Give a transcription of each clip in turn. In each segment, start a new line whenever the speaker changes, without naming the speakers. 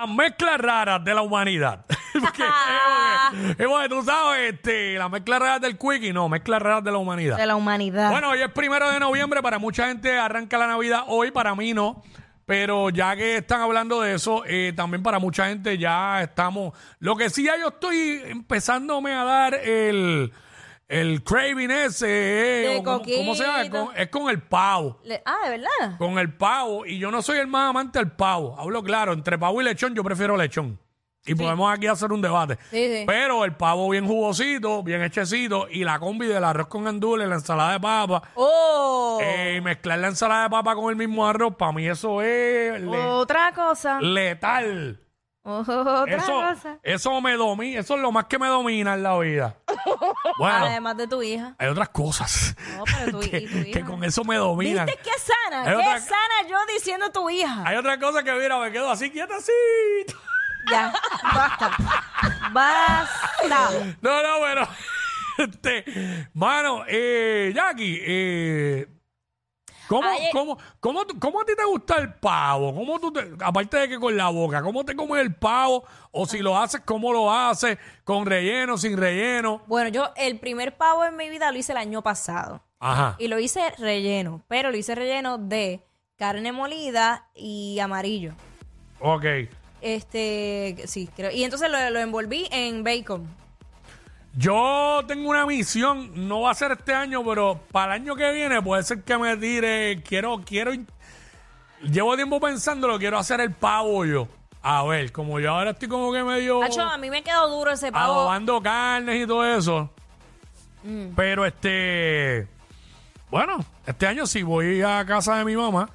Las mezclas raras de la humanidad. Porque, eh, porque, eh, porque tú sabes, este, las mezclas raras del Quickie, no, mezclas raras de la humanidad.
de la humanidad.
Bueno, hoy es primero de noviembre, para mucha gente arranca la Navidad hoy, para mí no. Pero ya que están hablando de eso, eh, también para mucha gente ya estamos. Lo que sí ya yo estoy empezándome a dar el, el craving ese. eh,
De
o ¿cómo, cómo se llama? Es
coquito.
con, es con el pavo.
Le- ah, de verdad.
Con el pavo. Y yo no soy el más amante del pavo. Hablo claro, entre pavo y lechón yo prefiero lechón. Y podemos aquí hacer un debate.
Sí, sí.
Pero el pavo bien jugosito, bien hechecito, y la combi del arroz con gandules, la ensalada de papa,
Oh,
eh, y mezclar la ensalada de papa con el mismo arroz, para mí eso es le-
otra cosa.
letal.
Oh. Otra
Eso,
cosa.
eso me domina, eso es lo más que me domina en la vida. Bueno,
Además de tu hija.
hay otras cosas
No, pero tu, y tu
que,
hija.
que con eso me dominan.
¿Viste qué sana?
Hay
¿Qué
otra-
sana yo diciendo tu hija?
Hay otra cosa que, mira, me quedo así quietecito.
Ya, basta. Basta.
No, no, bueno. Este, mano, eh, Jackie, eh, ¿cómo,
Ay, eh.
cómo, cómo, tú- cómo a ti te gusta el pavo? ¿Cómo tú te- aparte de que con la boca, ¿cómo te comes el pavo? O si lo haces, ¿cómo lo haces? ¿Con relleno, sin relleno?
Bueno, yo el primer pavo en mi vida lo hice el año pasado.
Ajá.
Y lo hice relleno, pero lo hice relleno de carne molida y amarillo.
Ok.
Este, sí, creo. Y entonces lo, lo envolví en bacon.
Yo tengo una misión, no va a ser este año, pero para el año que viene puede ser que me tire, quiero, quiero, llevo tiempo pensándolo, quiero hacer el pavo yo. A ver, como yo ahora estoy como que medio...
Hacho, a mí me quedó duro ese pavo. Mm.
adobando carnes y todo eso. Pero este, bueno, este año si voy a casa de mi mamá,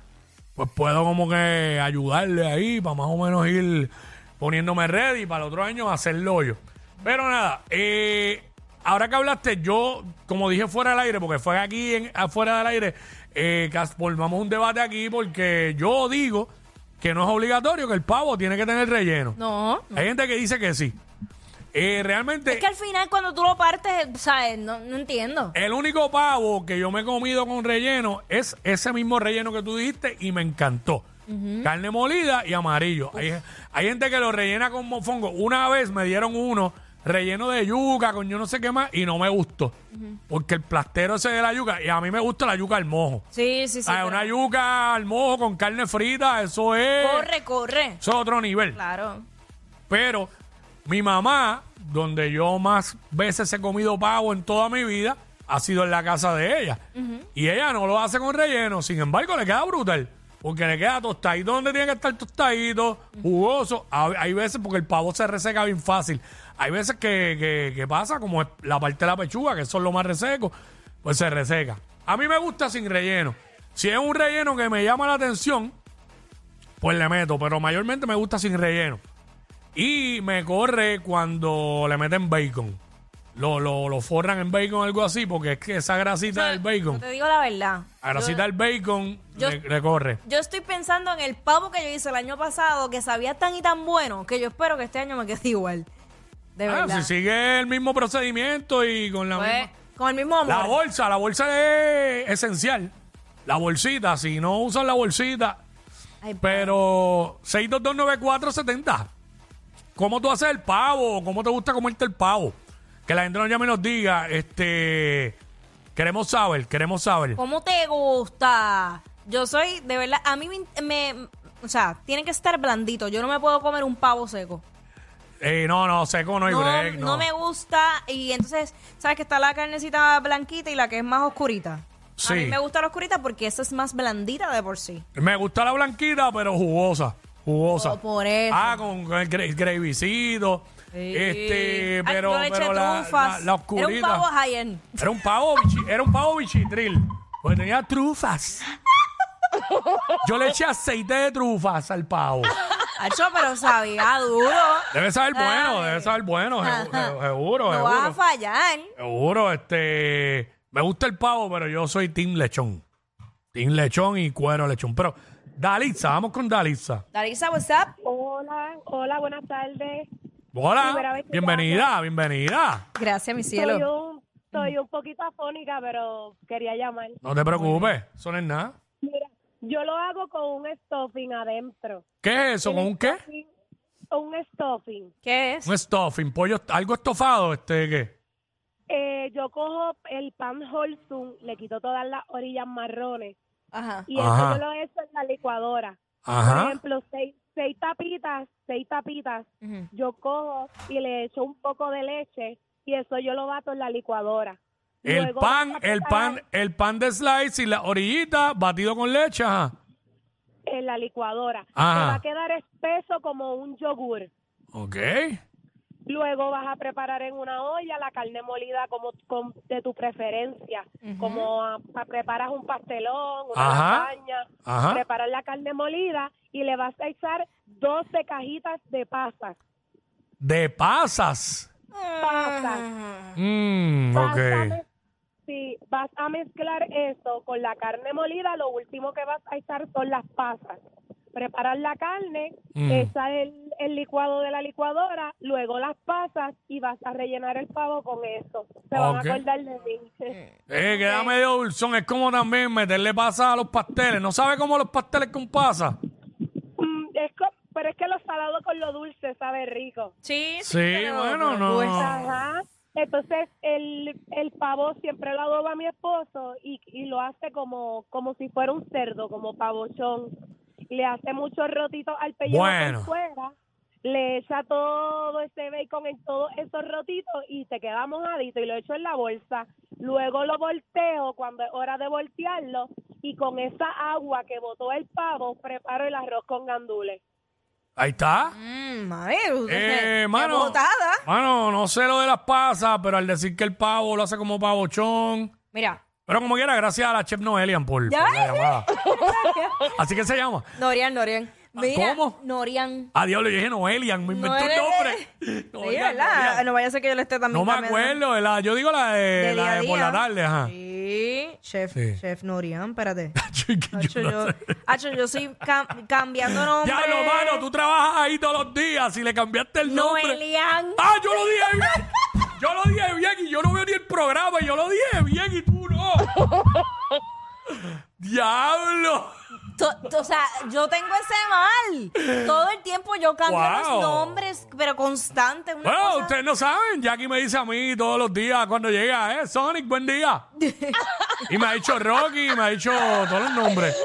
pues puedo como que ayudarle ahí para más o menos ir poniéndome ready para el otro año hacerlo yo. Pero nada, eh, ahora que hablaste, yo, como dije fuera del aire, porque fue aquí en, afuera del aire, eh, que as- formamos un debate aquí porque yo digo que no es obligatorio que el pavo tiene que tener relleno.
No.
Hay gente que dice que sí. Eh, realmente,
Es que al final cuando tú lo partes, ¿sabes? No, no entiendo.
el único pavo que yo me he comido con relleno es ese mismo relleno que tú dijiste y me encantó. Carne molida y amarillo. Hay, hay gente que lo rellena con mofongo. Una vez me dieron uno relleno de yuca con yo no sé qué más y no me gustó. Porque el plastero ese de la yuca, y a mí me gusta la yuca al mojo.
Sí, sí, sí.
Ah,
pero-
una yuca al mojo con carne frita, eso es,
Corre, corre.
eso es otro nivel.
Claro.
Pero mi mamá, donde yo más veces he comido pavo en toda mi vida, ha sido en la casa de ella. Y ella no lo hace con relleno, sin embargo le queda brutal. Porque le queda tostadito donde tiene que estar tostadito, jugoso. A- Hay veces, porque el pavo se reseca bien fácil. Hay veces que, que- que pasa, como es la parte de la pechuga, que son lo más reseco, pues se reseca. A mí me gusta sin relleno. Si es un relleno que me llama la atención, pues le meto. Pero mayormente me gusta sin relleno. Y me corre cuando le meten bacon. Lo, lo, lo forran en bacon o algo así, porque es que esa grasita del
Yo
bacon,
te digo la verdad.
la grasita del bacon
yo-
le, le corre.
Yo estoy pensando en el pavo que yo hice el año pasado, que sabía tan y tan bueno, que yo espero que este año me quede igual. De
Ah,
verdad.
si sigue el mismo procedimiento y con la
Pues,
misma...
con el mismo amor.
La bolsa, la bolsa es esencial. La bolsita, si no usan la bolsita,
Ay,
pero 6229470. ¿Cómo tú haces el pavo? ¿Cómo te gusta comerte el pavo? Que la gente nos llame y nos diga, este... Queremos saber, queremos saber.
¿Cómo te gusta? Yo soy, de verdad, a mí me, me- O sea, tiene que estar blandito. Yo no me puedo comer un pavo seco.
Eh, no, no, seco no hay
No,
break. No,
no me gusta. Y entonces, ¿sabes que está la carnecita blanquita y la que es más oscurita?
Sí.
A mí me gusta la oscurita porque esa es más blandita de por sí.
Me gusta la blanquita, pero jugosa. Jugosa.
Oh, por eso.
Ah, con, con el gra- gravycito.
Sí.
Este,
Ay,
pero,
yo le eché
pero la, la,
trufas.
la oscurita.
Era un pavo high-end.
Era un pavo, bichi- era un pavo bichitril. Porque tenía trufas. Yo le eché aceite de trufas al pavo.
Hacho, pero sabía duro.
Debe saber bueno,
Ay.
debe saber bueno, segu-
Ajá.
segu- seguro,
No vas a
seguro.
fallar.
Seguro, este. Me gusta el pavo, pero yo soy Team Lechón. Team Lechón y cuero lechón. Pero, Dalitza, vamos con Dalitza.
Darisa, what's up?
Hola, hola, buenas tardes. Primera
Hola,
vez que
bienvenida, bienvenida.
Gracias, mi
Soy
cielo.
un, soy un poquito afónica, pero quería llamar.
No te preocupes, eso no es nada.
Mira, yo lo hago con un stuffing adentro.
¿Qué es eso? ¿Con un qué?
Un stuffing.
¿Qué es?
Un stuffing, pollo, algo estofado, este, ¿qué?
Eh, yo cojo el pan Holzum, le quito todas las orillas marrones
Ajá.
y
Ajá.
eso yo lo he hecho en la licuadora. Por
Ajá.
ejemplo, seis, seis tapitas, seis tapitas,
Ujú.
yo cojo y le echo un poco de leche y eso yo lo bato en la licuadora.
El
Luego
pan,
vas a
el
preparar
pan, el pan de slice y la orillita batido con leche, ajá.
En la licuadora.
Ajá.
Te va a quedar espeso como un yogur.
Ok.
Luego vas a preparar en una olla la carne molida como con- de tu preferencia, como a- a- preparas un pastelón, una
Ajá.
lasaña,
Ajá.
preparas la carne molida y le vas a echar 12 cajitas de pasas.
De pasas.
Pasas.
Mmm,
Vas a
ok.
mez- sí, vas a mezclar eso con la carne molida, lo último que vas a echar son las pasas. Preparar la carne,
Mm.
echar el, el licuado de la licuadora, luego las pasas y vas a rellenar el pavo con eso. Se van
Ok.
a acordar de mí.
Eh, queda medio dulzón. Es como también meterle pasas a los pasteles. ¿No sabe cómo los pasteles con pasas?
Mm, es co- pero es que lo salado con lo dulce sabe rico.
Sí,
Sí,
pero-
bueno, no.
Pues,
Ajá. Entonces el, el pavo siempre lo adoba mi esposo y, y lo hace como, como si fuera un cerdo, como pavochón. Le hace muchos rotitos al pellejo
Bueno.
por fuera, le echa todo ese bacon en todos esos rotitos y se queda mojadito y lo echo en la bolsa. Luego lo volteo cuando es hora de voltearlo y con esa agua que botó el pavo preparo el arroz con gandules.
Ahí está.
mm, madre,
Eh,
qué
mano.
botada.
Mano, no sé lo de las pasas, pero al decir que el pavo lo hace como pavochón.
Mira,
Pero como quiera, gracias a la chef Noelian por, por
Ya
la llamada. Así que se llama.
Norian, Norian. Mira,
¿cómo?
Norian.
Ah, diablo, yo dije Noelian, me inventé
Noel-
un nombre.
sí,
Noelian,
¿verdad? Ah,
Noelian.
No vaya a ser que yo le esté también
No me
cambiando.
acuerdo, de la- yo digo la de,
De
la
día a
de por
día.
la tarde, ajá.
Sí, chef,
Sí.
chef Norian, espérate.
Yo- yo
Hacho,
no
yo,
sé.
Hacho, yo soy cam- cambiando nombre.
Ya, lo mano, tú trabajas ahí todos los días. Si le cambiaste el nombre.
Noelian.
¡Ah, yo lo dije bien! Yo lo dije bien y yo no veo ni el programa. Yo lo dije bien y tú no. ¡Diablo!
To- to- o sea, yo tengo ese mal. Todo el tiempo yo cambio
Wow.
los nombres, pero constante. Una
Bueno,
cosa-
ustedes no saben. Jackie me dice a mí todos los días cuando llega, ¿eh? Sonic, buen día. y me ha dicho Rocky, me ha dicho todos los nombres.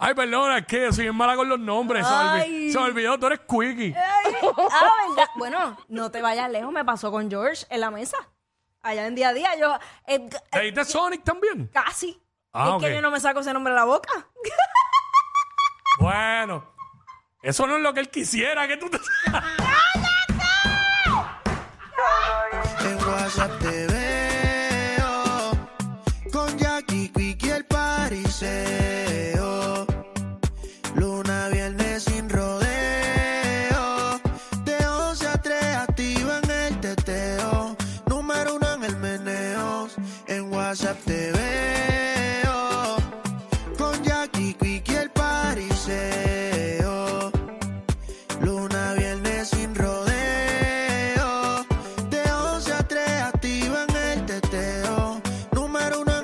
Ay, perdona, es que soy bien mala con los nombres. Se me, olvi-
Ay.
se me olvidó, tú eres Quickie.
Ay, ah, ¿verdad? Bueno, no te vayas lejos, me pasó con George en la mesa. Allá en día a día, yo eh, c-
¿Te diste Sonic también?
casi.
Ah,
es
ok.
que yo no me saco ese nombre de la boca.
Bueno, eso no es lo que él quisiera que tú te...